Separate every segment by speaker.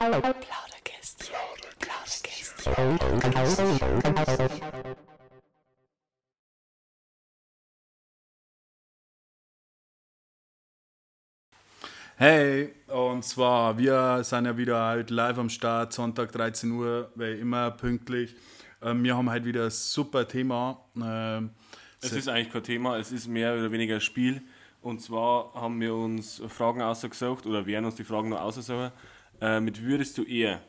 Speaker 1: Plauderkästchen. Plauderkästchen.
Speaker 2: Hey, und zwar, wir sind ja wieder halt live am Start, Sonntag 13 Uhr, weil immer pünktlich. Ähm, wir haben halt wieder ein super Thema. Ähm,
Speaker 3: Es ist eigentlich kein Thema, es ist mehr oder weniger ein Spiel. Und zwar haben wir uns Fragen ausgesucht oder werden uns die Fragen noch ausgesucht. Äh, mit würdest du eher?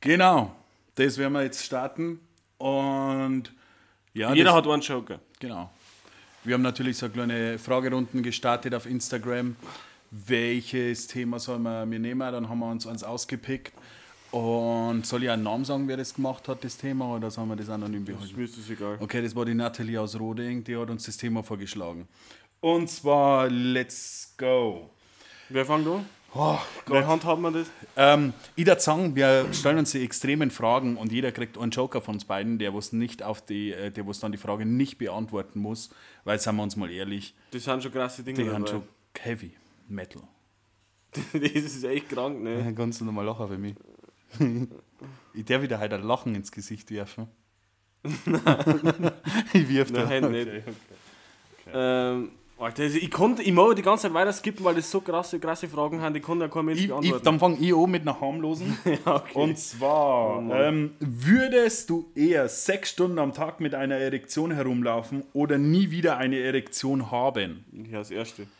Speaker 2: genau, das werden wir jetzt starten. Und ja,
Speaker 3: Jeder
Speaker 2: das,
Speaker 3: hat einen Joker.
Speaker 2: Genau. Wir haben natürlich so kleine Fragerunden gestartet auf Instagram. Welches Thema sollen wir mir nehmen? Dann haben wir uns eins ausgepickt. Und soll ich einen Namen sagen, wer das gemacht hat, das Thema, oder sollen wir das anonym behalten?
Speaker 3: Mir ist das egal.
Speaker 2: Okay, das war die Nathalie aus Roding, die hat uns das Thema vorgeschlagen. Und zwar, let's go.
Speaker 3: Wer fängt an?
Speaker 2: Oh,
Speaker 3: Bei Hand haben wir das?
Speaker 2: ähm, Ida Zang, wir stellen uns die extremen Fragen und jeder kriegt einen Joker von uns beiden, der was nicht auf die, äh, der was dann die Frage nicht beantworten muss, weil seien wir uns mal ehrlich,
Speaker 3: Das sind schon krasse Dinge.
Speaker 2: die
Speaker 3: dabei.
Speaker 2: haben schon Heavy Metal.
Speaker 3: das ist echt krank, ne?
Speaker 2: Kannst du nochmal lachen für mich? ich darf wieder halt ein Lachen ins Gesicht werfen. ich wirf dir.
Speaker 3: Nein, nicht. Ähm, Alter, also ich, konnte, ich mag die ganze Zeit weiter skippen, weil das so krasse, krasse Fragen haben, die kann ja kein Mensch
Speaker 2: Ich, ich,
Speaker 3: beantworten.
Speaker 2: dann fange ich an mit einer harmlosen. Und
Speaker 3: Oh
Speaker 2: zwar, ähm, würdest du eher sechs Stunden am Tag mit einer Erektion herumlaufen oder nie wieder eine Erektion haben?
Speaker 3: ja, das Erste.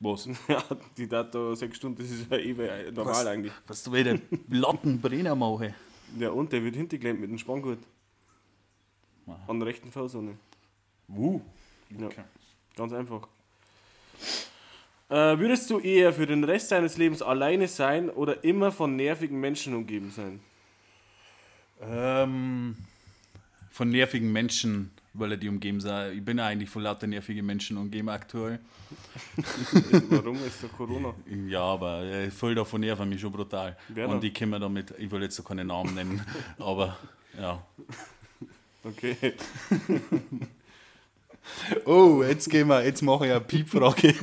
Speaker 2: Was?
Speaker 3: Ja, die dauert da sechs Stunden, das ist ja eh normal
Speaker 2: Was?
Speaker 3: eigentlich.
Speaker 2: Was du wieder Lattenbrenner mache?
Speaker 3: Ja, und der wird hinterklemmt mit dem Spanngurt. An der rechten Fußsohne.
Speaker 2: Uh,
Speaker 3: Ja.
Speaker 2: Okay.
Speaker 3: Ganz einfach. Äh, würdest du eher für den Rest deines Lebens alleine sein oder immer von nervigen Menschen umgeben sein?
Speaker 2: ähm, von nervigen Menschen, weil er die umgeben sei. Ich bin ja eigentlich von lauter nervigen Menschen umgeben aktuell.
Speaker 3: Warum ist doch Corona?
Speaker 2: Ja, aber äh, voll davon nerven mich schon brutal.
Speaker 3: Wer
Speaker 2: Und
Speaker 3: denn?
Speaker 2: ich kann mir damit, ich will jetzt so keine Namen nennen, aber ja.
Speaker 3: Okay.
Speaker 2: Oh, jetzt gehen wir, jetzt mache ich eine Piepfrage.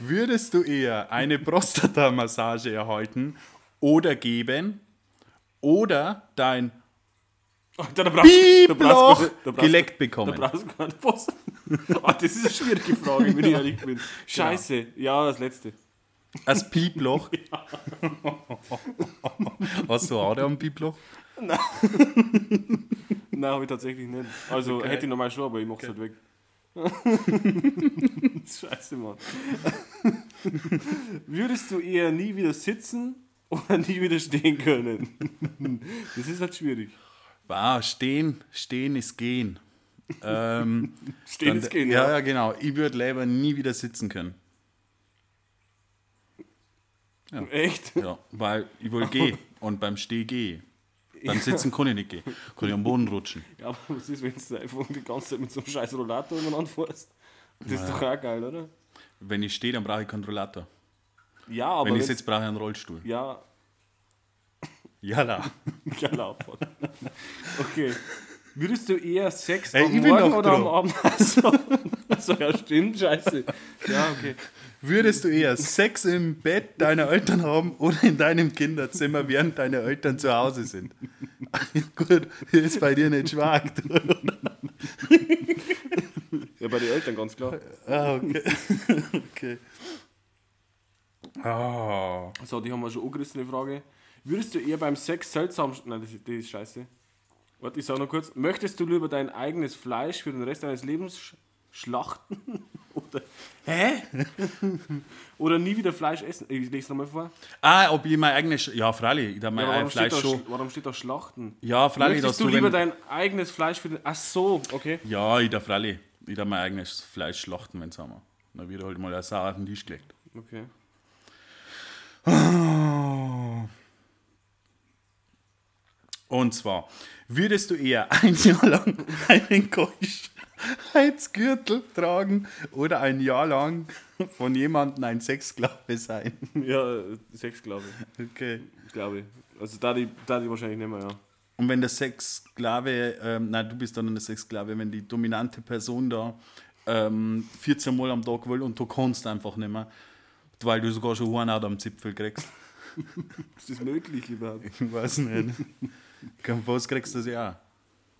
Speaker 2: Würdest du eher eine Prostatamassage erhalten oder geben oder dein
Speaker 3: Alter, da brauchst da
Speaker 2: Pieploch
Speaker 3: brauchst du- da brauchst du-
Speaker 2: geleckt
Speaker 3: Da
Speaker 2: bekommen?
Speaker 3: brauchst du gar nicht was. Ah, das ist eine schwierige Frage, wenn ich ehrlich bin. Scheiße. Ja, das letzte.
Speaker 2: Als Pieploch? Hast du auch ein Pieploch?
Speaker 3: Nein, habe ich tatsächlich nicht. Also hätte ich normal schon, aber ich mach's halt weg. Scheiße, Mann. Würdest du eher nie wieder sitzen oder nie wieder stehen können? Das ist halt schwierig.
Speaker 2: Wow, stehen, stehen ist gehen. Ähm,
Speaker 3: Stehen ist gehen,
Speaker 2: ja,
Speaker 3: ja.
Speaker 2: ja, genau. Ich würde lieber nie wieder sitzen können.
Speaker 3: Echt?
Speaker 2: Ja, weil ich will gehen und beim Steh gehe. Beim Sitzen kann ich nicht gehen. Kann ich am Boden rutschen.
Speaker 3: Ja, aber was ist, wenn du einfach die ganze Zeit mit so einem scheiß Rollator umeinander fährst? Das ist doch auch geil, oder?
Speaker 2: Wenn ich stehe, dann brauche ich keinen Rollator.
Speaker 3: Ja, aber
Speaker 2: Wenn ich
Speaker 3: wenn's-
Speaker 2: sitze, brauche ich einen Rollstuhl.
Speaker 3: Ja,
Speaker 2: Jalla.
Speaker 3: geil Abfahrt. Okay. Würdest du eher Sex
Speaker 2: Ey,
Speaker 3: am
Speaker 2: ich bin
Speaker 3: Morgen
Speaker 2: noch
Speaker 3: oder am
Speaker 2: dran.
Speaker 3: Abend? Achso, also, ja, stimmt, scheiße. Ja, okay.
Speaker 2: Würdest du eher Sex im Bett deiner Eltern haben oder in deinem Kinderzimmer, während deine Eltern zu Hause sind? Gut, ist bei dir nicht schwach.
Speaker 3: Ja, bei den Eltern ganz klar.
Speaker 2: Ah, okay. okay. Ah.
Speaker 3: So, die haben wir schon angerissen, die Frage. Würdest du eher beim Sex seltsam. Nein, das ist, das ist scheiße. Warte, ich sag noch kurz. Möchtest du lieber dein eigenes Fleisch für den Rest deines Lebens sch schlachten? Oder. Hä? Oder nie wieder Fleisch essen? Ich lese es nochmal vor.
Speaker 2: ah, ob ich mein eigenes. Sch- Ja, freilich, ich darf mein
Speaker 3: Ja, warum,
Speaker 2: eigenes Fleisch
Speaker 3: steht da,
Speaker 2: schon.
Speaker 3: sch- warum steht da Schlachten?
Speaker 2: Ja, freilich, dass
Speaker 3: Möchtest du
Speaker 2: du.
Speaker 3: lieber
Speaker 2: wenn-
Speaker 3: dein eigenes Fleisch für den. Ach so, okay.
Speaker 2: Ja, ich darf alle. Ich darf mein eigenes Fleisch schlachten, wenn es haben. Dann wird halt mal eine Sau auf den Tisch gelegt.
Speaker 3: Okay.
Speaker 2: Oh. Und zwar, würdest du eher ein Jahr lang einen Keuschheitsgürtel tragen oder ein Jahr lang von jemandem ein Sexsklave sein?
Speaker 3: Ja, Sex, glaube
Speaker 2: Okay.
Speaker 3: ich. Glaube ich. Also da die, da die wahrscheinlich nicht mehr, ja.
Speaker 2: Und wenn der Sexsklave, ähm, nein, du bist dann eine Sexsklave, wenn die dominante Person da ähm, 14 Mal am Tag will und du kannst einfach nicht mehr, hast, weil du sogar schon einen am Zipfel kriegst.
Speaker 3: Ist das möglich überhaupt?
Speaker 2: Ich weiß nicht. Kein Fuß kriegst du das ja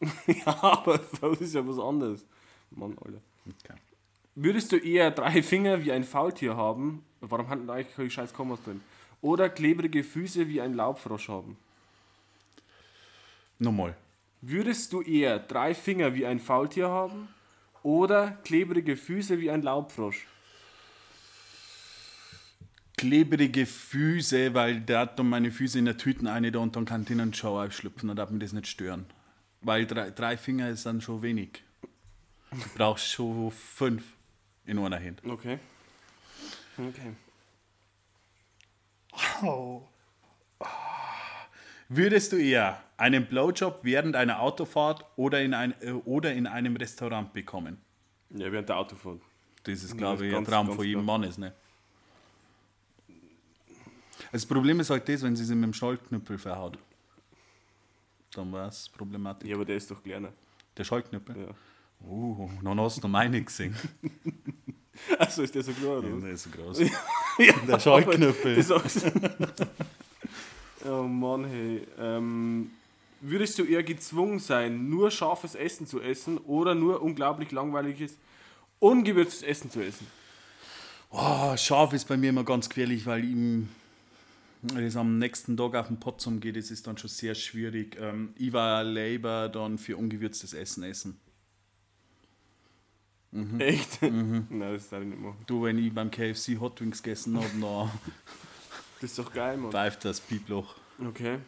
Speaker 3: ja, aber das ist ja was anderes. Mann, Alter.
Speaker 2: auch. Okay.
Speaker 3: Würdest du eher drei Finger wie ein Faultier haben? Warum hatten da eigentlich keine scheiß Kommas drin? Oder klebrige Füße wie ein Laubfrosch haben?
Speaker 2: Nochmal.
Speaker 3: Würdest du eher drei Finger wie ein Faultier haben? Oder klebrige Füße wie ein Laubfrosch?
Speaker 2: Klebrige Füße, weil der hat dann meine Füße in der Tüten eine da und dann kann ich in den Schau aufschlüpfen, dann darf mich das nicht stören. Weil drei, drei Finger ist dann schon wenig. Du brauchst schon fünf in einer Hand.
Speaker 3: Okay. Okay.
Speaker 2: Würdest du eher einen Blowjob während einer Autofahrt oder in, ein, äh, oder in einem Restaurant bekommen?
Speaker 3: Ja, während der Autofahrt.
Speaker 2: Das ist,
Speaker 3: das
Speaker 2: glaube
Speaker 3: ist
Speaker 2: ich, ein
Speaker 3: ganz-
Speaker 2: Traum
Speaker 3: ganz
Speaker 2: von jedem
Speaker 3: klar.
Speaker 2: Mann ist, ne? Das Problem ist halt das, wenn sie sich mit dem Schaltknüppel verhaut. Dann war es problematisch.
Speaker 3: Ja, aber der ist doch kleiner.
Speaker 2: Der Schaltknüppel?
Speaker 3: Ja.
Speaker 2: Uh, dann hast du meine gesehen.
Speaker 3: Also ist der so klar, oder?
Speaker 2: Der
Speaker 3: was?
Speaker 2: ist so groß.
Speaker 3: Ja,
Speaker 2: Der Schallknüppel.
Speaker 3: aber das sagst du. oh Mann, hey. Ähm, würdest du eher gezwungen sein, nur scharfes Essen zu essen oder nur unglaublich langweiliges, ungewürztes Essen zu essen?
Speaker 2: Oh, scharf ist bei mir immer ganz gefährlich, weil ihm das am nächsten Tag auf den Pott zum geht, das ist dann schon sehr schwierig. Ähm, ich war lieber dann für ungewürztes Essen essen.
Speaker 3: Echt? Nein, das darf ich nicht machen.
Speaker 2: Du, wenn ich beim KFC Hot Wings gegessen habe, dann
Speaker 3: Das ist doch geil, Mann.
Speaker 2: pfeift das Pieploch.
Speaker 3: Okay.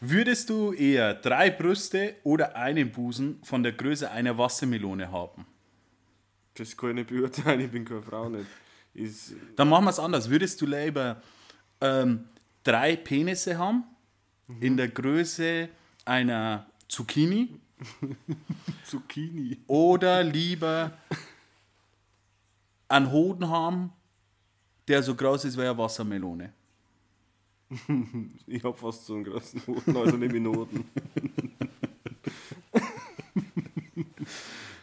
Speaker 2: Würdest du eher drei Brüste oder einen Busen von der Größe einer Wassermelone haben?
Speaker 3: Das kann ich nicht beurteilen, ich bin keine Frau nicht. Ist,
Speaker 2: Dann machen wir es anders. Würdest du lieber ähm, drei Penisse haben in der Größe einer Zucchini
Speaker 3: Zucchini.
Speaker 2: oder lieber einen Hoden haben, der so groß ist wie eine Wassermelone?
Speaker 3: Ich hab fast so einen großen Noten, also nehme ich Noten.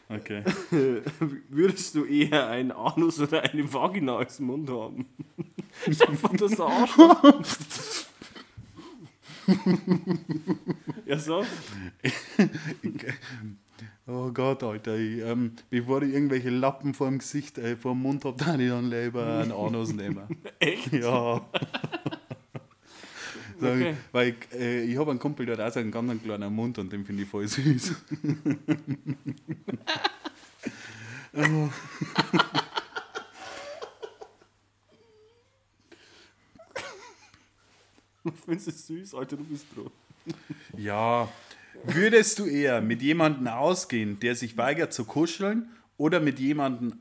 Speaker 2: Okay.
Speaker 3: Äh, Würdest du eher einen Anus oder eine Vagina als Mund haben? Stell dir vor, das ist ein Arschloch. ja, so?
Speaker 2: Oh Gott, Alter. Ich, ähm, bevor ich irgendwelche Lappen vor dem Gesicht, äh, vor dem Mund habe, dann ich dann lieber einen Anus nehmen.
Speaker 3: Echt?
Speaker 2: Ja. so,
Speaker 3: Okay.
Speaker 2: Weil äh, ich habe einen Kumpel, der hat auch so einen ganz kleinen Mund und den finde ich voll süß.
Speaker 3: Findest du es süß? Alter, du bist dran.
Speaker 2: Ja. Würdest du eher mit jemandem ausgehen, der sich weigert zu kuscheln oder mit jemandem,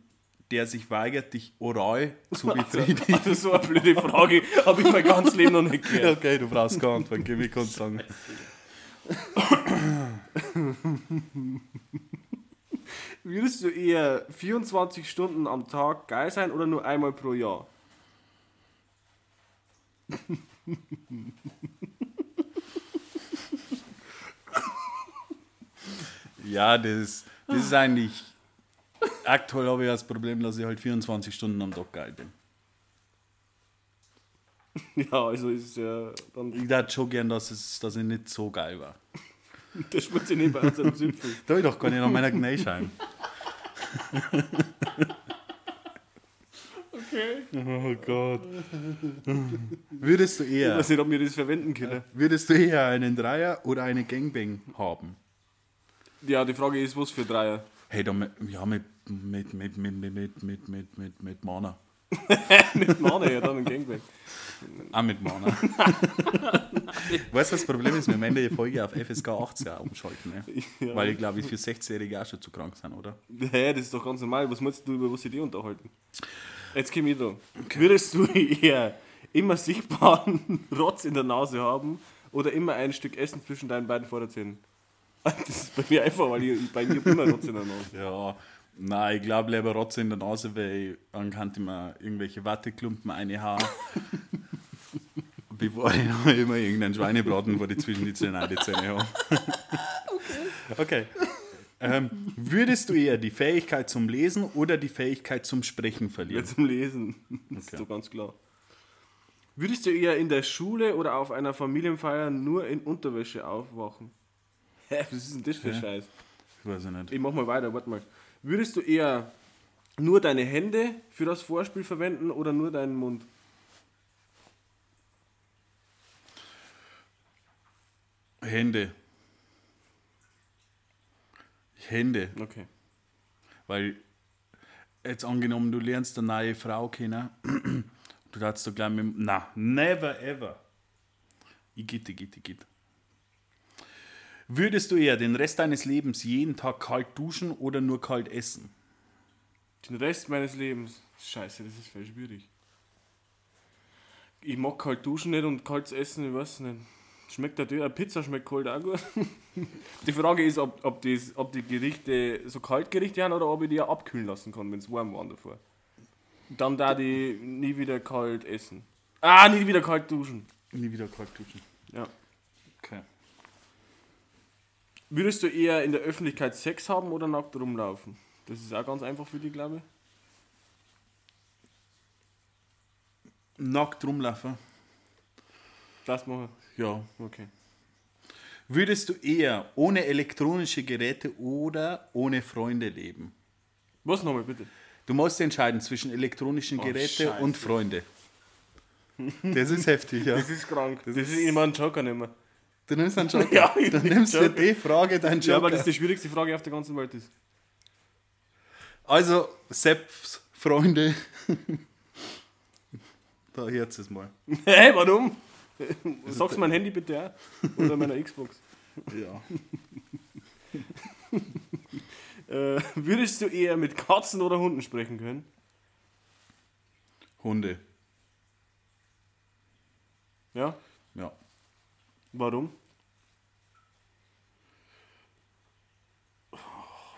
Speaker 2: der sich weigert, dich oral zu befriedigen?
Speaker 3: Also, so eine blöde Frage habe ich mein ganzes Leben noch nicht gehört.
Speaker 2: Okay, du brauchst keine Antwort, gib ich kurz sagen.
Speaker 3: Würdest du eher 24 Stunden am Tag geil sein oder nur einmal pro Jahr?
Speaker 2: Ja, das, das ist eigentlich. Aktuell habe ich das Problem, dass ich halt 24 Stunden am Tag geil bin.
Speaker 3: Ja, also ist es ja dann.
Speaker 2: Ich dachte schon gern, dass, es, dass ich nicht so geil war.
Speaker 3: Das spielt sich nicht bei uns am Zipfel.
Speaker 2: Da hab ich doch gar nicht an meiner Gneischein.
Speaker 3: Okay.
Speaker 2: Oh Gott. Würdest du
Speaker 3: Ich
Speaker 2: eher,
Speaker 3: weiß nicht, ob wir das verwenden können.
Speaker 2: würdest du eher einen Dreier oder eine Gangbang haben?
Speaker 3: Ja, die Frage ist, was für Dreier?
Speaker 2: Hey, da mit, ja, mit, mit, mit, mit, mit, mit, mit, mit, mit, mit Mana.
Speaker 3: Nein, ja, dann ein Gangbang.
Speaker 2: Auch mit Mana. weißt du, das Problem ist, wir müssen die Folge auf FSK 18 auch umschalten. Ne?
Speaker 3: Ja.
Speaker 2: Weil ich glaube, ich für 16-Jährige auch schon zu krank sind, oder?
Speaker 3: Hä, das ist doch ganz normal. Was meinst du, über was ich dich unterhalten? Jetzt komm ich da. Würdest du eher immer sichtbaren Rotz in der Nase haben oder immer ein Stück Essen zwischen deinen beiden Vorderzähnen? Das ist bei mir einfach, weil ich, bei mir immer Rotz in der Nase.
Speaker 2: Ja, nein, ich glaube lieber Rotze in der Nase, weil dann kann ich mir irgendwelche Watteklumpen reinhauen. bevor ich noch immer irgendeinen Schweinebraten vor die zwischen die Zähne rein die Zähne habe. Okay. Ähm, würdest du eher die Fähigkeit zum Lesen oder die Fähigkeit zum Sprechen verlieren?
Speaker 3: Jetzt zum Lesen. Das ist so ganz klar. Würdest du eher in der Schule oder auf einer Familienfeier nur in Unterwäsche aufwachen? Hä, was ist denn das für ein Scheiß?
Speaker 2: Ich weiß es nicht.
Speaker 3: Ich mach mal weiter, warte mal. Würdest du eher nur deine Hände für das Vorspiel verwenden oder nur deinen Mund?
Speaker 2: Hände. Hände.
Speaker 3: Okay.
Speaker 2: Weil, jetzt angenommen, du lernst eine neue Frau kennen, du darfst da gleich mit dem. Na, never ever. Igitt, igitt, igitt. Würdest du eher den Rest deines Lebens jeden Tag kalt duschen oder nur kalt essen?
Speaker 3: Den Rest meines Lebens. Scheiße, das ist voll schwierig. Ich mag kalt duschen nicht und kaltes Essen, ich weiß nicht. Schmeckt natürlich, eine Pizza schmeckt kalt auch gut. die Frage ist, ob, ob, das, ob die Gerichte so Kaltgerichte haben oder ob ich die auch abkühlen lassen kann, wenn es warm war davor. Dann da die nie wieder kalt essen. Ah, nie wieder kalt duschen.
Speaker 2: Nie wieder kalt duschen.
Speaker 3: Ja.
Speaker 2: Okay.
Speaker 3: Würdest du eher in der Öffentlichkeit Sex haben oder nackt rumlaufen? Das ist auch ganz einfach für dich, glaube ich.
Speaker 2: Nackt rumlaufen?
Speaker 3: Das machen.
Speaker 2: Ja.
Speaker 3: Okay.
Speaker 2: Würdest du eher ohne elektronische Geräte oder ohne Freunde leben?
Speaker 3: Was nochmal, bitte?
Speaker 2: Du musst entscheiden zwischen elektronischen Geräte
Speaker 3: Scheiße.
Speaker 2: und Freunde. Das ist heftig, ja.
Speaker 3: Das ist krank. Das, ist immer ein Joker nicht mehr.
Speaker 2: Du nimmst einen Joker.
Speaker 3: Ja, ich
Speaker 2: du
Speaker 3: nehm
Speaker 2: nimmst für
Speaker 3: Joker.
Speaker 2: die Frage deinen
Speaker 3: Ja,
Speaker 2: Joker.
Speaker 3: weil das die schwierigste Frage auf der ganzen Welt ist.
Speaker 2: also, Sepps Freunde. da hört es mal.
Speaker 3: Hä, warum? Sag's mein Handy bitte auch. Oder meiner Xbox.
Speaker 2: Ja.
Speaker 3: Äh, würdest du eher mit Katzen oder Hunden sprechen können?
Speaker 2: Hunde.
Speaker 3: Ja?
Speaker 2: Ja.
Speaker 3: Warum?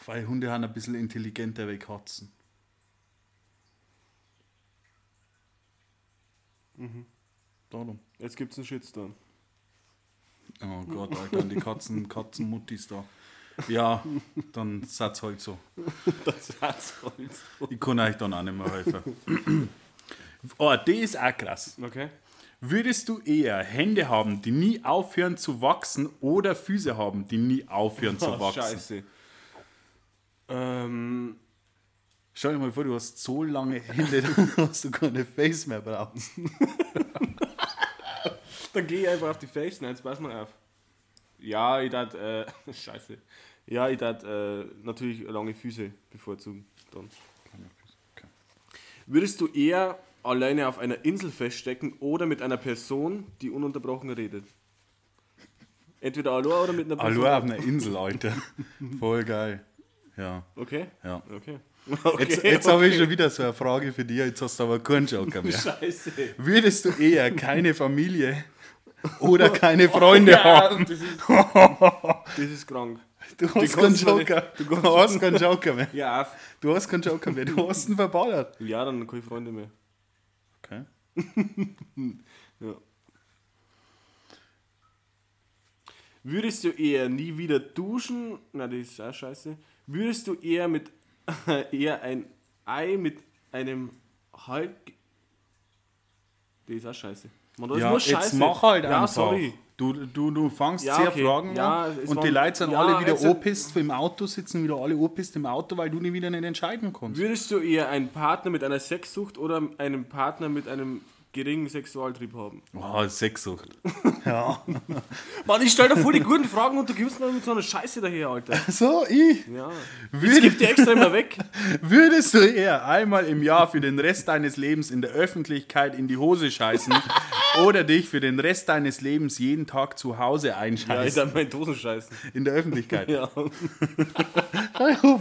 Speaker 2: Weil Hunde haben ein bisschen intelligenter wie Katzen. Darum.
Speaker 3: Jetzt gibt's einen Shitstorm.
Speaker 2: Oh Gott, Alter, und die Katzen, Katzenmuttis da. Ja, dann seid halt so.
Speaker 3: Das hat's halt so.
Speaker 2: Ich kann euch dann auch nicht mehr helfen. Oh, die ist auch krass.
Speaker 3: Okay.
Speaker 2: Würdest du eher Hände haben, die nie aufhören zu wachsen oder Füße haben, die nie aufhören zu
Speaker 3: Ah,
Speaker 2: wachsen?
Speaker 3: Scheiße. Ähm,
Speaker 2: Stell dir mal vor, du hast so lange Hände, dass du keine Face mehr brauchst.
Speaker 3: dann geh ich einfach auf die Face. Nein, jetzt pass mal auf. Ja, ich tat, äh, scheiße. Ja, ich tat äh, natürlich lange Füße bevorzugen. Dann. Würdest du eher alleine auf einer Insel feststecken oder mit einer Person, die ununterbrochen redet? Entweder allein oder mit einer Person.
Speaker 2: Hallo auf einer Insel, Alter. Voll geil. Ja,
Speaker 3: Okay.
Speaker 2: ja.
Speaker 3: Okay. okay.
Speaker 2: Jetzt, jetzt habe ich schon wieder so eine Frage für dich, jetzt hast du aber keinen Joker mehr.
Speaker 3: Scheiße.
Speaker 2: Würdest du eher keine Familie oder keine Freunde haben?
Speaker 3: Das ist, das ist krank.
Speaker 2: Du
Speaker 3: die
Speaker 2: hast keinen
Speaker 3: kannst du nicht-
Speaker 2: Joker. Du hast keinen Joker mehr.
Speaker 3: Ja, auf.
Speaker 2: Du hast keinen Joker mehr. Du hast ihn verballert.
Speaker 3: ja dann keine Freunde mehr.
Speaker 2: Okay.
Speaker 3: Ja. Würdest du eher nie wieder duschen? Na, das ist auch scheiße. Würdest du eher mit eher ein Ei mit einem halb. Das ist auch scheiße. Man, das
Speaker 2: Ja,
Speaker 3: nur
Speaker 2: jetzt mach halt
Speaker 3: ja,
Speaker 2: einfach.
Speaker 3: Sorry.
Speaker 2: Du, du, du fangst
Speaker 3: Ja,
Speaker 2: sehr
Speaker 3: okay.
Speaker 2: Fragen
Speaker 3: Ja,
Speaker 2: an
Speaker 3: es
Speaker 2: und die
Speaker 3: waren-
Speaker 2: Leute sind
Speaker 3: Ja,
Speaker 2: alle wieder
Speaker 3: jetzt-
Speaker 2: opisst im Auto, sitzen wieder alle opisst im Auto, weil du die wieder nicht entscheiden kannst.
Speaker 3: Würdest du eher einen Partner mit einer Sexsucht oder einen Partner mit einem geringen Sexualtrieb haben?
Speaker 2: Oh, Sexsucht.
Speaker 3: Mann, ich stell dir voll die guten Fragen und du kommst mal mit so einer Scheiße daher, Alter.
Speaker 2: So, ich.
Speaker 3: Ja. Ich geb
Speaker 2: Würd,
Speaker 3: die extra immer weg.
Speaker 2: würdest du eher einmal im Jahr für den Rest deines Lebens in der Öffentlichkeit in die Hose scheißen oder dich für den Rest deines Lebens jeden Tag zu Hause
Speaker 3: Ja, ich
Speaker 2: einscheißen?
Speaker 3: sag meinen Dosen scheißen.
Speaker 2: in der Öffentlichkeit.
Speaker 3: Ja.
Speaker 2: Oh,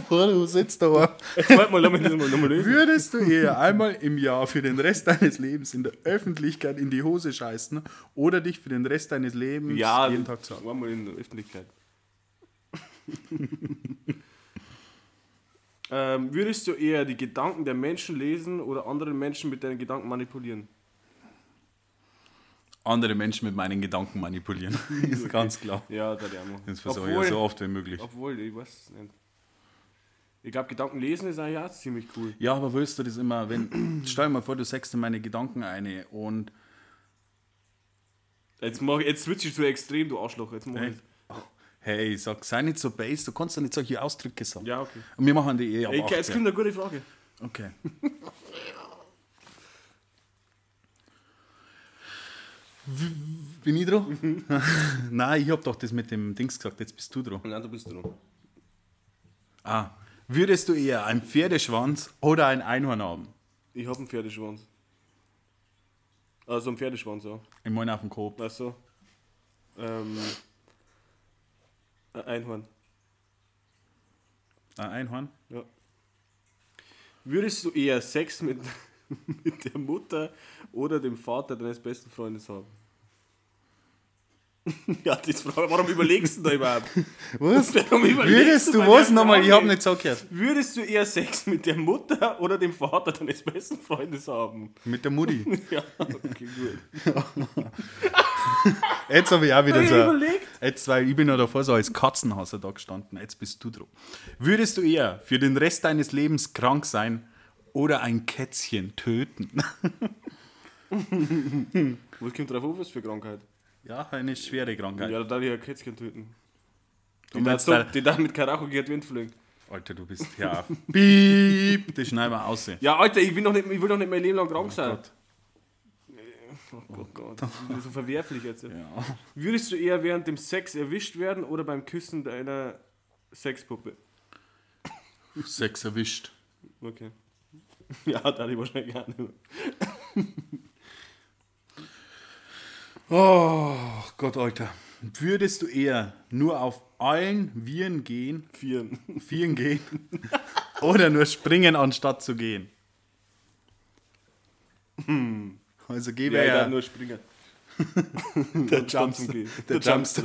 Speaker 2: du sitzt da.
Speaker 3: Warte mal, lass mich das mal, lass mal lesen.
Speaker 2: Würdest du eher einmal im Jahr für den Rest deines Lebens in der Öffentlichkeit in die Hose scheißen oder dich für den Rest deines Lebens
Speaker 3: Ja,
Speaker 2: jeden Tag sagen?
Speaker 3: Einmal in der Öffentlichkeit. ähm, würdest du eher die Gedanken der Menschen lesen oder andere Menschen mit deinen Gedanken manipulieren?
Speaker 2: Andere Menschen mit meinen Gedanken manipulieren. ist ganz klar.
Speaker 3: Ja, da der auch machen.
Speaker 2: Das versuche ich ja so oft wie möglich.
Speaker 3: Obwohl, ich weiß es nicht. Ich Ich glaube, Gedanken lesen ist eigentlich auch ziemlich cool.
Speaker 2: Ja, aber willst du das immer, wenn, stell dir mal vor, du sägst in meine Gedanken eine und
Speaker 3: Jetzt, mach, jetzt switch ich zu extrem, du Arschloch. Jetzt mach
Speaker 2: hey,
Speaker 3: ich.
Speaker 2: hey sag, sei nicht so base, du kannst doch nicht solche Ausdrücke sagen.
Speaker 3: Ja, okay.
Speaker 2: Und wir machen die eh ab
Speaker 3: Ey, jetzt
Speaker 2: 18.
Speaker 3: kommt eine gute Frage.
Speaker 2: Okay. W- Bin ich dran? Nein, ich hab doch das mit dem Dings gesagt, jetzt bist du dran.
Speaker 3: Nein, du bist dran.
Speaker 2: Ah, würdest du eher einen Pferdeschwanz oder ein Einhorn haben?
Speaker 3: Ich habe einen Pferdeschwanz. Also einen Pferdeschwanz, ja.
Speaker 2: Ich meine auf dem Kopf.
Speaker 3: Achso. Ähm. Ein Einhorn.
Speaker 2: Ein Einhorn?
Speaker 3: Ja. Würdest du eher Sex mit, mit der Mutter oder dem Vater deines besten Freundes haben? ja, das Frage, warum überlegst du da überhaupt?
Speaker 2: Was?
Speaker 3: Warum überlegst
Speaker 2: Würdest du
Speaker 3: bei
Speaker 2: was?
Speaker 3: der
Speaker 2: Nochmal, ich
Speaker 3: Frage?
Speaker 2: habe nicht so gehört.
Speaker 3: Würdest du eher Sex mit der Mutter oder dem Vater deines besten Freundes haben?
Speaker 2: Mit der Mutti.
Speaker 3: Ja, okay, gut.
Speaker 2: Jetzt habe ich auch wieder
Speaker 3: Ich
Speaker 2: so.
Speaker 3: überlegt.
Speaker 2: Jetzt, weil ich bin ja davor so als Katzenhasser da gestanden. Jetzt bist du dran. Würdest du eher für den Rest deines Lebens krank sein oder ein Kätzchen töten?
Speaker 3: Was kommt drauf an, was für Krankheit?
Speaker 2: Ja, eine schwere Krankheit.
Speaker 3: Ja, da darf ich ein Kätzchen töten.
Speaker 2: du
Speaker 3: Die darf,
Speaker 2: meinst,
Speaker 3: so,
Speaker 2: da-
Speaker 3: die darf mit Karacho gegen Wind fliegen.
Speaker 2: Alter, du bist ja. Piep, das schneiden wir aus.
Speaker 3: Ja, Alter, ich, bin noch nicht, ich will doch nicht mein Leben lang krank sein.
Speaker 2: Gott.
Speaker 3: Oh Gott, Gott, das ist wieder so verwerflich jetzt.
Speaker 2: Ja.
Speaker 3: Würdest du eher während dem Sex erwischt werden oder beim Küssen deiner Sexpuppe?
Speaker 2: Sex erwischt.
Speaker 3: Okay. Ja, da hatte ich wahrscheinlich gar nicht mehr.
Speaker 2: Oh Gott, Alter. Würdest du eher nur auf allen Viren gehen,
Speaker 3: Vieren.
Speaker 2: Vieren gehen oder nur springen, anstatt zu gehen? Also gebe
Speaker 3: Hm. Ja,
Speaker 2: ja,
Speaker 3: ja. nur springen.
Speaker 2: der Jumps,
Speaker 3: Jumps.
Speaker 2: der
Speaker 3: Der
Speaker 2: Jumps.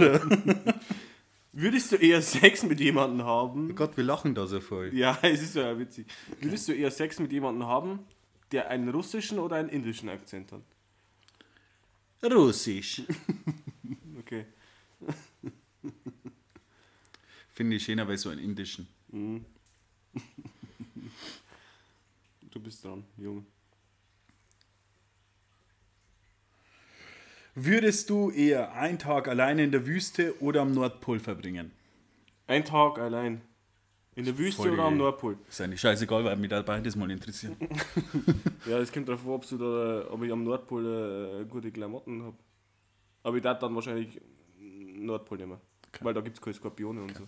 Speaker 3: Würdest du eher Sex mit jemandem haben?
Speaker 2: Oh Gott, wir lachen da so voll.
Speaker 3: Ja, es ist ja witzig. Würdest du eher Sex mit jemandem haben, der einen russischen oder einen indischen Akzent hat?
Speaker 2: Russisch.
Speaker 3: Okay.
Speaker 2: Finde ich schöner, weil so einen indischen.
Speaker 3: Du bist dran, Junge.
Speaker 2: Würdest du eher einen Tag alleine in der Wüste oder am Nordpol verbringen?
Speaker 3: Ein Tag allein. In der Wüste
Speaker 2: Voll
Speaker 3: oder am
Speaker 2: die-
Speaker 3: Nordpol?
Speaker 2: Ist eigentlich scheißegal, weil mich da beides mal interessiert.
Speaker 3: Ja, es kommt darauf an, ob, du da, ob ich am Nordpol äh, gute Klamotten habe. Aber ich darf dann wahrscheinlich Nordpol nehmen. Weil da gibt es keine Skorpione und so.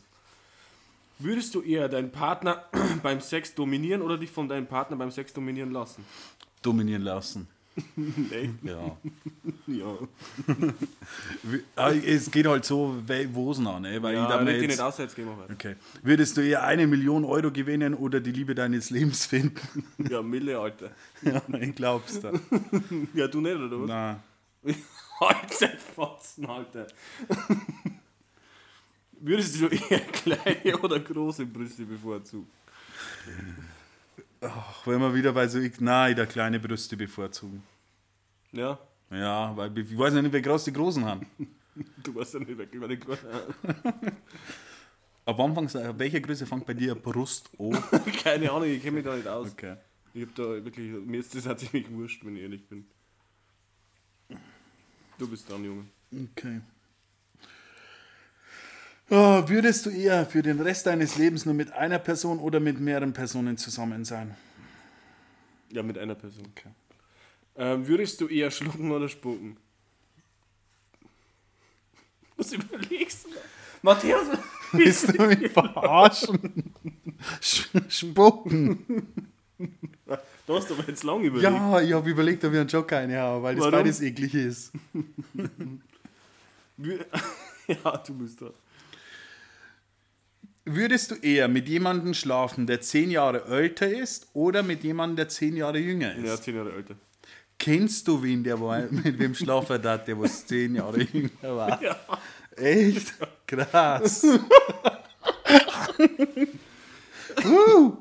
Speaker 3: Würdest du eher deinen Partner beim Sex dominieren oder dich von deinem Partner beim Sex dominieren lassen?
Speaker 2: Dominieren lassen.
Speaker 3: Echt?
Speaker 2: Ja.
Speaker 3: Ja.
Speaker 2: Wie- ah, es geht halt so, we- wo's noch, ne? Weil ich
Speaker 3: ja
Speaker 2: da
Speaker 3: ich
Speaker 2: mal
Speaker 3: red dich nicht
Speaker 2: jetzt,
Speaker 3: aus, jetzt gehen wir weiter.
Speaker 2: Okay. Würdest du eher eine Million Euro gewinnen oder die Liebe deines Lebens finden?
Speaker 3: Ja, Mille, Alter.
Speaker 2: ja, ich glaub's da.
Speaker 3: Ja, du nicht, oder was?
Speaker 2: Na,
Speaker 3: Halt seine Fotzen, Alter. Würdest du eher kleine oder große Brüste bevorzugen?
Speaker 2: auch wenn wir wieder bei so, ich- nein, der kleine Brüste bevorzugen.
Speaker 3: Ja,
Speaker 2: Ja, weil ich weiß ja nicht, wie groß die Großen haben.
Speaker 3: du warst ja nicht wirklich über den Gott.
Speaker 2: Ab wann fängst du, ab welcher Größe fängt bei dir eine Brust an?
Speaker 3: Keine Ahnung, ich kenne mich da nicht aus.
Speaker 2: Okay.
Speaker 3: Ich hab da wirklich, mir ist das hat sich mich wurscht, wenn ich ehrlich bin. Du bist dran, Junge.
Speaker 2: Okay. Ah, würdest du eher für den Rest deines Lebens nur mit einer Person oder mit mehreren Personen zusammen sein?
Speaker 3: Ja, mit einer Person.
Speaker 2: Okay.
Speaker 3: Ähm, würdest du eher schlucken oder spucken? Was überlegst du? da? Matthäus,
Speaker 2: Willst du mich verarschen? Sch- Spucken.
Speaker 3: da hast du aber jetzt lange überlegt.
Speaker 2: Ja, ich habe überlegt, ob ich einen Joker reinhaue, weil das
Speaker 3: Warum?
Speaker 2: beides eklig ist.
Speaker 3: Wür- ja, du bist dran.
Speaker 2: Würdest du eher mit jemandem schlafen, der zehn Jahre älter ist oder mit jemandem, der zehn Jahre jünger ist?
Speaker 3: Ja, zehn Jahre älter.
Speaker 2: Kennst du wen, der war, mit wem schlafen hat, der was zehn Jahre jünger war? Echt? Krass.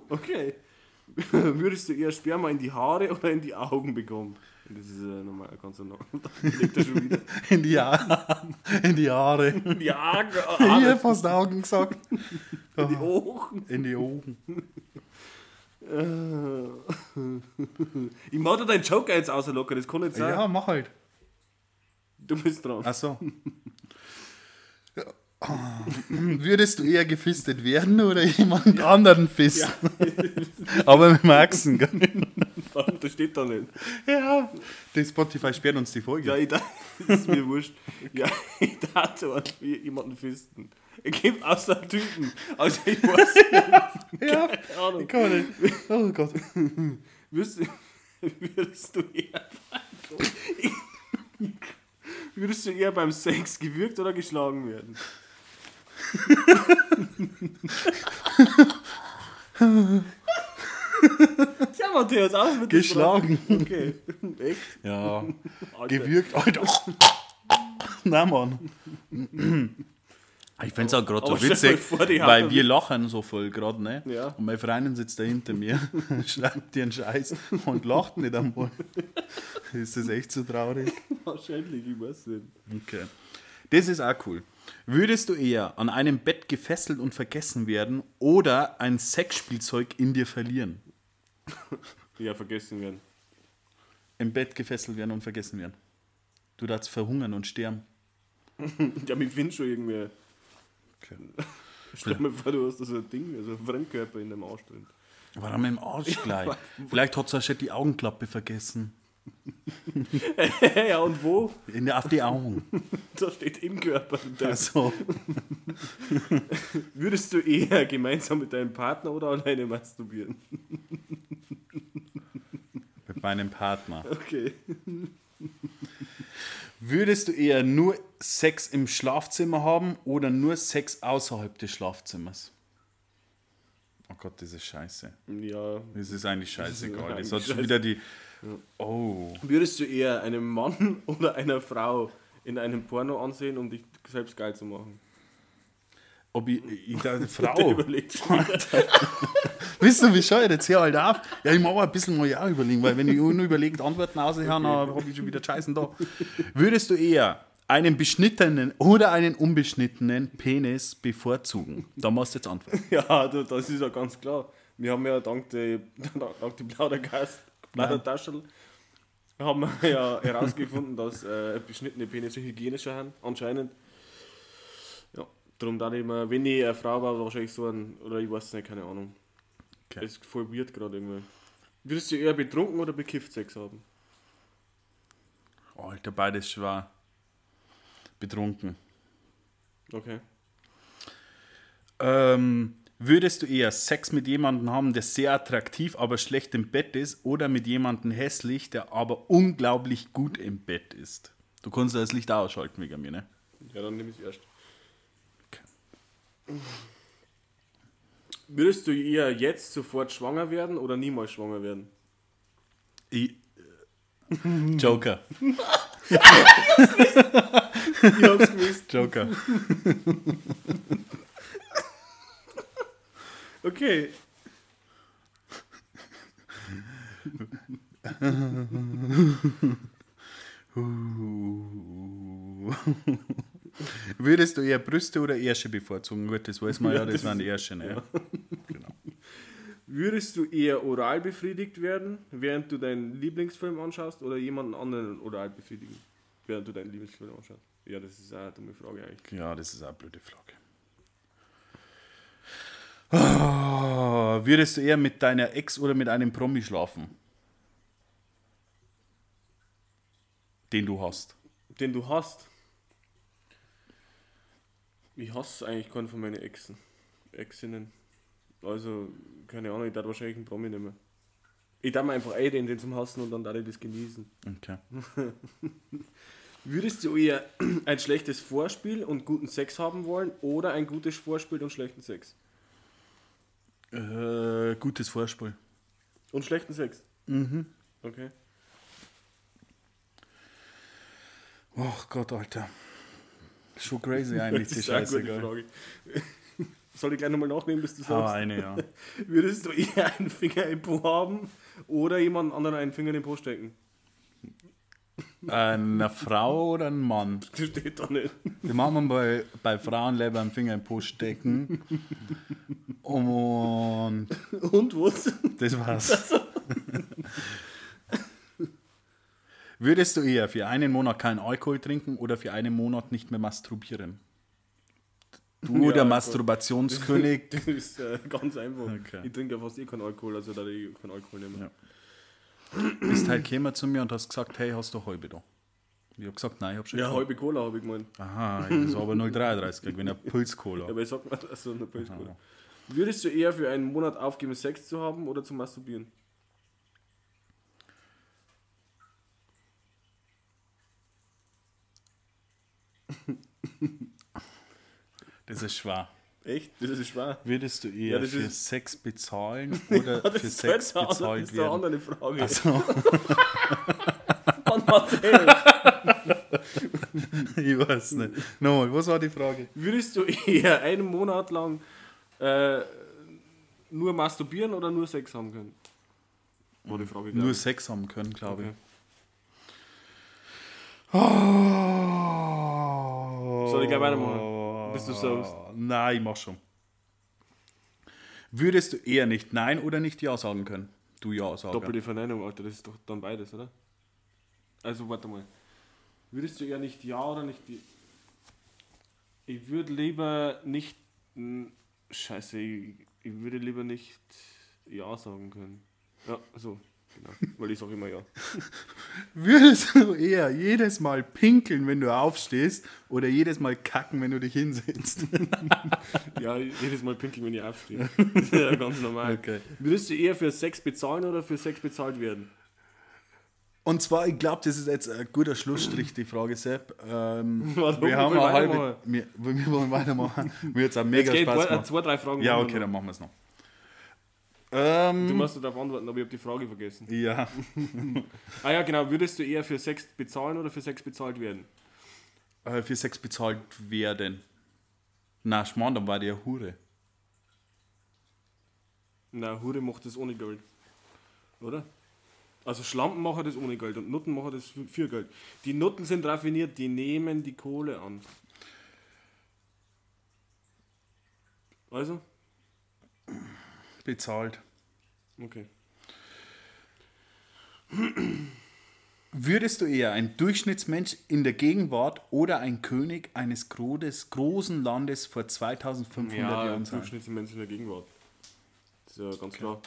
Speaker 3: Okay. Würdest du eher Sperma in die Haare oder in die Augen bekommen? Das ist äh, nochmal ein ganzer Name. Legt er schon wieder.
Speaker 2: In die, ja in die Haare.
Speaker 3: Ja,
Speaker 2: Ich
Speaker 3: Gott.
Speaker 2: hab fast Augen gesagt.
Speaker 3: Die Ohren.
Speaker 2: In die Augen.
Speaker 3: Äh. Ich mach dir deinen Joker jetzt außerlocker, das kann nicht sein.
Speaker 2: Ja, Ah. mach halt.
Speaker 3: Du bist dran.
Speaker 2: Ach so. Würdest du eher gefistet werden oder jemand anderen fisten? Aber mit Maxen, gell?
Speaker 3: Verdammt, Das steht da nicht.
Speaker 2: Ja. Die Spotify sperrt uns die Folge.
Speaker 3: Ja, ich dachte, das ist mir wurscht. Ja, ich dachte, man will jemanden fisten. Ich geb aus den Typen. Also ich weiß
Speaker 2: Ja,
Speaker 3: keine Ahnung.
Speaker 2: kann man nicht. Oh Gott.
Speaker 3: Würdest, würdest du eher. Würdest du eher beim Sex gewürgt oder geschlagen werden? Tja, Matthäus, aus mit dem
Speaker 2: Geschlagen.
Speaker 3: Schlag. Okay. Echt?
Speaker 2: Ja.
Speaker 3: Alter.
Speaker 2: Gewürgt, Alter. Oh, Na, Mann. Ich find's auch gerade so
Speaker 3: Aber stell dir
Speaker 2: witzig,
Speaker 3: vor, die haben
Speaker 2: weil
Speaker 3: da
Speaker 2: wir lachen so voll gerade, ne?
Speaker 3: Ja.
Speaker 2: Und meine Freundin sitzt da hinter mir, schreibt dir einen Scheiß und lacht nicht einmal. Ist das echt so traurig?
Speaker 3: Wahrscheinlich, ich weiß nicht.
Speaker 2: Okay. Das ist auch cool. Würdest du eher an einem Bett gefesselt und vergessen werden oder ein Sexspielzeug in dir verlieren?
Speaker 3: Ja, vergessen werden.
Speaker 2: Im Bett gefesselt werden und vergessen werden. Du darfst verhungern und sterben.
Speaker 3: Ja, mich find schon irgendwie.
Speaker 2: Okay.
Speaker 3: Stell mir vor, du hast da so ein Ding, also ein Fremdkörper in deinem Arsch drin.
Speaker 2: Warum im Arsch gleich? Vielleicht hat Sascha die Augenklappe vergessen.
Speaker 3: ja, und wo?
Speaker 2: In der, auf die Augen.
Speaker 3: Da steht im Körper.
Speaker 2: Also,
Speaker 3: Würdest du eher gemeinsam mit deinem Partner oder alleine masturbieren?
Speaker 2: mit meinem Partner.
Speaker 3: Okay.
Speaker 2: Würdest du eher nur Sex im Schlafzimmer haben oder nur Sex außerhalb des Schlafzimmers? Oh Gott, das ist scheiße.
Speaker 3: Ja.
Speaker 2: Das ist eigentlich scheißegal.
Speaker 3: eigentlich
Speaker 2: Das hat schon
Speaker 3: scheiße.
Speaker 2: wieder die. Oh.
Speaker 3: Würdest du eher einem Mann oder einer Frau in einem Porno ansehen, um dich selbst geil zu machen?
Speaker 2: Ob ich, ich da,
Speaker 3: Der
Speaker 2: Frau.
Speaker 3: überlegt schon.
Speaker 2: Wisst ihr, wie scheuert jetzt hier halt auf? Ja, ich muss auch ein bisschen mal ja überlegen, weil wenn ich unüberlegt Antworten raushaue, dann habe ich schon wieder Scheißen da. Würdest du eher einen beschnittenen oder einen unbeschnittenen Penis bevorzugen? Da musst du jetzt antworten.
Speaker 3: Ja, du, das ist ja ganz klar. Wir haben ja dank der, dank der Plaudergast, Plaudertaschel, haben wir ja herausgefunden, dass äh, beschnittene Penisse hygienischer sind, anscheinend. Ja, darum da ich mir, wenn ich eine Frau war, wahrscheinlich so ein, oder ich weiß nicht, keine Ahnung.
Speaker 2: Okay.
Speaker 3: Es ist voll weird gerade irgendwie. Würdest du eher betrunken oder bekifft Sex haben?
Speaker 2: Alter, beides schwer. Betrunken.
Speaker 3: Okay.
Speaker 2: Ähm, würdest du eher Sex mit jemandem haben, der sehr attraktiv, aber schlecht im Bett ist, oder mit jemandem hässlich, der aber unglaublich gut im Bett ist? Du kannst ja das Licht auch ausschalten wegen mir, ne?
Speaker 3: Ja, dann nehme ich erst.
Speaker 2: Okay.
Speaker 3: Würdest du eher jetzt sofort schwanger werden oder niemals schwanger werden?
Speaker 2: Ich, Joker.
Speaker 3: Ich hab's gewusst.
Speaker 2: Joker.
Speaker 3: Okay.
Speaker 2: Würdest du eher Brüste oder Ärsche bevorzugen? Gut, das weiß man ja,
Speaker 3: Ja,
Speaker 2: das,
Speaker 3: das
Speaker 2: waren die Ärsche, ne? Genau.
Speaker 3: Würdest du eher oral befriedigt werden, während du deinen Lieblingsfilm anschaust, oder jemanden anderen oral befriedigen, während du deinen Lieblingsfilm anschaust? Ja, das ist auch eine dumme Frage eigentlich.
Speaker 2: Ja, das ist auch eine blöde Frage. Ah, würdest du eher mit deiner Ex oder mit einem Promi schlafen? Den du hast.
Speaker 3: Den du hast. Ich hasse eigentlich keinen von meinen Exen. Exinnen. Also, keine Ahnung, ich darf wahrscheinlich einen Promi nehmen. Ich darf mir einfach einen, den, den zum Hassen und dann darf ich das genießen.
Speaker 2: Okay.
Speaker 3: Würdest du eher ein schlechtes Vorspiel und guten Sex haben wollen oder ein gutes Vorspiel und schlechten Sex?
Speaker 2: Äh, gutes Vorspiel.
Speaker 3: Und schlechten Sex? Mhm. Okay.
Speaker 2: Ach Gott, Alter. Schon crazy eigentlich, die Scheiße. gell?
Speaker 3: Frage. Soll ich gleich nochmal nachnehmen, bis du
Speaker 2: Hau
Speaker 3: sagst?
Speaker 2: eine, ja.
Speaker 3: Würdest du eher einen Finger im Po haben oder jemand anderen einen Finger in den Po stecken?
Speaker 2: Eine Frau oder ein Mann?
Speaker 3: Das steht da nicht.
Speaker 2: Wir machen bei, bei Frauen lieber einen Finger im Po stecken. Und
Speaker 3: Und was?
Speaker 2: das war's. Würdest du eher für einen Monat keinen Alkohol trinken oder für einen Monat nicht mehr masturbieren? Du,
Speaker 3: Ja,
Speaker 2: der
Speaker 3: Alkohol.
Speaker 2: Masturbationskönig.
Speaker 3: Das ist äh, ganz einfach.
Speaker 2: Okay.
Speaker 3: Ich trinke ja fast eh keinen Alkohol, also da ich keinen Alkohol nehmen.
Speaker 2: Ja. bist halt gekommen zu mir und hast gesagt, hey, hast du halbe da? Ich hab gesagt, nein, ich hab schon
Speaker 3: Ja,
Speaker 2: getrunken.
Speaker 3: halbe Cola habe ich gemeint.
Speaker 2: Aha, das war aber 0,33, wenn er Pulscola.
Speaker 3: Aber ich sag mal, also eine
Speaker 2: Ah.
Speaker 3: Cola. Würdest du eher für einen Monat aufgeben, Sex zu haben oder zu masturbieren?
Speaker 2: Das ist schwer.
Speaker 3: Echt? Das ist schwer.
Speaker 2: Würdest du eher
Speaker 3: Ja, das
Speaker 2: für
Speaker 3: ist-
Speaker 2: Sex bezahlen oder
Speaker 3: Das
Speaker 2: für
Speaker 3: ist
Speaker 2: Sex
Speaker 3: halt eine andere-
Speaker 2: bezahlt
Speaker 3: Das ist eine
Speaker 2: werden?
Speaker 3: andere Frage.
Speaker 2: Also,
Speaker 3: Mann, Matthäus,
Speaker 2: ich weiß nicht. Nochmal, was war die Frage?
Speaker 3: Würdest du eher einen Monat lang äh, nur masturbieren oder nur Sex haben können? War die Frage, glaub
Speaker 2: Nur
Speaker 3: ich.
Speaker 2: Sex haben können, glaube
Speaker 3: Okay.
Speaker 2: ich. Oh.
Speaker 3: Soll ich gleich weitermachen? Bist du so?
Speaker 2: Nein, ich mach schon. Würdest du eher nicht Nein oder nicht Ja sagen können? Du Ja sagen.
Speaker 3: Doppelte Verneinung, Alter, das ist doch dann beides, oder? Also, warte mal. Würdest du eher nicht Ja oder nicht die. Ich würde lieber nicht. n- Scheiße, ich, ich würde lieber nicht Ja sagen können. Ja, so, genau. Weil ich sage immer Ja.
Speaker 2: Würdest du eher jedes Mal pinkeln, wenn du aufstehst, oder jedes Mal kacken, wenn du dich hinsetzt?
Speaker 3: Ja, jedes Mal pinkeln, wenn ich aufstehe. Das ist ja ganz normal.
Speaker 2: Okay.
Speaker 3: Würdest du eher für Sex bezahlen oder für Sex bezahlt werden?
Speaker 2: Und zwar, ich glaube, das ist jetzt ein guter Schlussstrich, die Frage, Sepp. Ähm,
Speaker 3: Warum?
Speaker 2: wir haben
Speaker 3: Wir
Speaker 2: eine halbe.
Speaker 3: wollen weitermachen.
Speaker 2: Wir, wir wollen weitermachen. Mir hat es auch
Speaker 3: Jetzt
Speaker 2: mega
Speaker 3: geht
Speaker 2: Spaß
Speaker 3: zwei,
Speaker 2: gemacht.
Speaker 3: zwei, drei Fragen.
Speaker 2: Ja,
Speaker 3: haben wir
Speaker 2: okay,
Speaker 3: noch.
Speaker 2: dann machen wir es noch.
Speaker 3: Du
Speaker 2: Ähm,
Speaker 3: musst darauf antworten, aber ich habe die Frage vergessen.
Speaker 2: ja,
Speaker 3: Ah ja, genau. Würdest du eher für Sex bezahlen oder für Sex bezahlt werden?
Speaker 2: äh, für Sex bezahlt werden. Na, Schmarrn, dann war die eine Hure.
Speaker 3: Na, Hure macht das ohne Geld. Oder? Also Schlampen machen das ohne Geld und Nutten machen das für- für Geld. Die Nutten sind raffiniert, die nehmen die Kohle an. Also?
Speaker 2: Bezahlt.
Speaker 3: Okay.
Speaker 2: Würdest du eher ein Durchschnittsmensch in der Gegenwart oder ein König eines Grodes, großen Landes vor 2500
Speaker 3: Ja,
Speaker 2: Jahren sein?
Speaker 3: Durchschnittsmensch in der Gegenwart. Das ist ja ganz klar.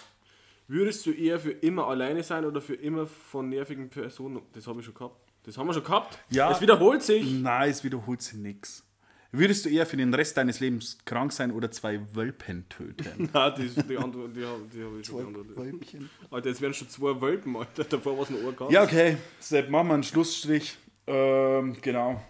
Speaker 3: Würdest du eher für immer alleine sein oder für immer von nervigen Personen? Das habe ich schon gehabt. Das haben wir schon gehabt.
Speaker 2: Ja. Mm.
Speaker 3: Es wiederholt sich.
Speaker 2: Nein, es wiederholt sich nichts. Würdest du eher für den Rest deines Lebens krank sein oder zwei Wölpen töten?
Speaker 3: Nein, die, ist- die, Antwort, die, hab- die habe ich schon beantwortet. Alter, jetzt wären schon zwei Wölpen, Alter. Davor war es ein Orkan.
Speaker 2: ja, okay. Sepp, machen wir einen Schlussstrich. Ähm, genau.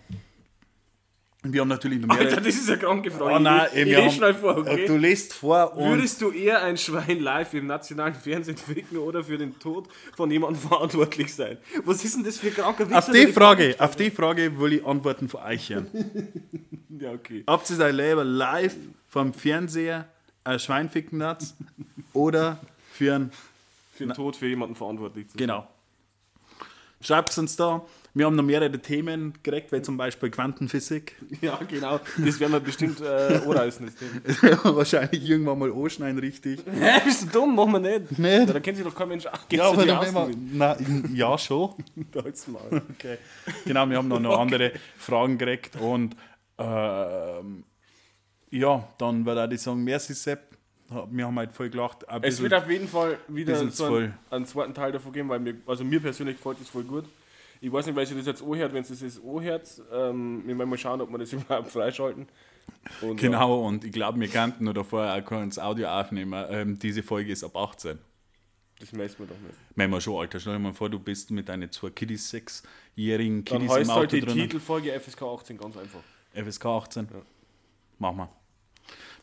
Speaker 2: Und wir haben natürlich noch mehrere.
Speaker 3: Alter, das ist eine kranke Frage.
Speaker 2: Oh nein,
Speaker 3: ich
Speaker 2: eben,
Speaker 3: ich
Speaker 2: wir
Speaker 3: lese
Speaker 2: haben- Äh,
Speaker 3: schnell vor,
Speaker 2: Du
Speaker 3: okay?
Speaker 2: lest vor und
Speaker 3: Würdest du eher ein Schwein live im nationalen Fernsehen ficken oder für den Tod von jemandem verantwortlich sein? Was ist denn das für ein kranker Witz?
Speaker 2: auf die Frage, auf die Frage will ich Antworten von euch hören.
Speaker 3: Ja, okay.
Speaker 2: Ob sie dein Leben live vom Fernseher ein Schwein ficken hat oder für ein.
Speaker 3: Für den Tod für jemanden verantwortlich zu sein.
Speaker 2: Genau. Schreibt es uns da. Wir haben noch mehrere Themen gekriegt, wie zum Beispiel Quantenphysik.
Speaker 3: Ja, genau. Das werden wir bestimmt äh, anreißen, das Thema.
Speaker 2: Wahrscheinlich irgendwann mal anschneiden, richtig.
Speaker 3: Hä, bist du dumm? Machen wir nicht.
Speaker 2: Nicht.
Speaker 3: Ja, da kennt sich doch kein Mensch. Ach, gehst ja, du die Außen
Speaker 2: Nein, ja, schon.
Speaker 3: mit? Halt's Maul.
Speaker 2: Okay. Genau, wir haben noch, noch andere Fragen gekriegt und ähm, ja, dann würde ich sagen, merci Sepp. Wir haben halt voll gelacht. Ein
Speaker 3: Es
Speaker 2: bisschen-
Speaker 3: wird auf jeden Fall wieder
Speaker 2: bisschen
Speaker 3: so
Speaker 2: zu
Speaker 3: einen,
Speaker 2: voll.
Speaker 3: einen zweiten Teil davon geben, weil mir, also mir persönlich gefällt das voll gut. Ich weiß nicht, welche das jetzt anhört, wenn es das jetzt anhört. Ähm, wir werden mal schauen, ob wir das überhaupt freischalten. Und, ja.
Speaker 2: Genau, und ich glaube, wir kannten oder vorher auch kurz Audio aufnehmen. Ähm, diese Folge ist ab 18.
Speaker 3: das messen wir doch nicht.
Speaker 2: Wenn man schon, Alter, stell dir mal vor, du bist mit deinen zwei Kiddies, sechsjährigen
Speaker 3: Dann
Speaker 2: Kiddies im
Speaker 3: heißt
Speaker 2: Auto
Speaker 3: halt die
Speaker 2: drinnen.
Speaker 3: Titelfolge FSK 18 ganz einfach.
Speaker 2: FSK 18. Machen wir.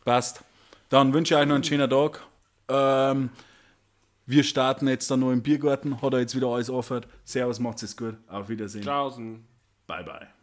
Speaker 2: Passt. Dann wünsche ich euch noch einen schönen Tag. Ähm, wir starten jetzt dann noch im Biergarten. Hat er jetzt wieder alles offert. Servus, macht's es gut. Auf Wiedersehen.
Speaker 3: Draußen.
Speaker 2: Bye, bye.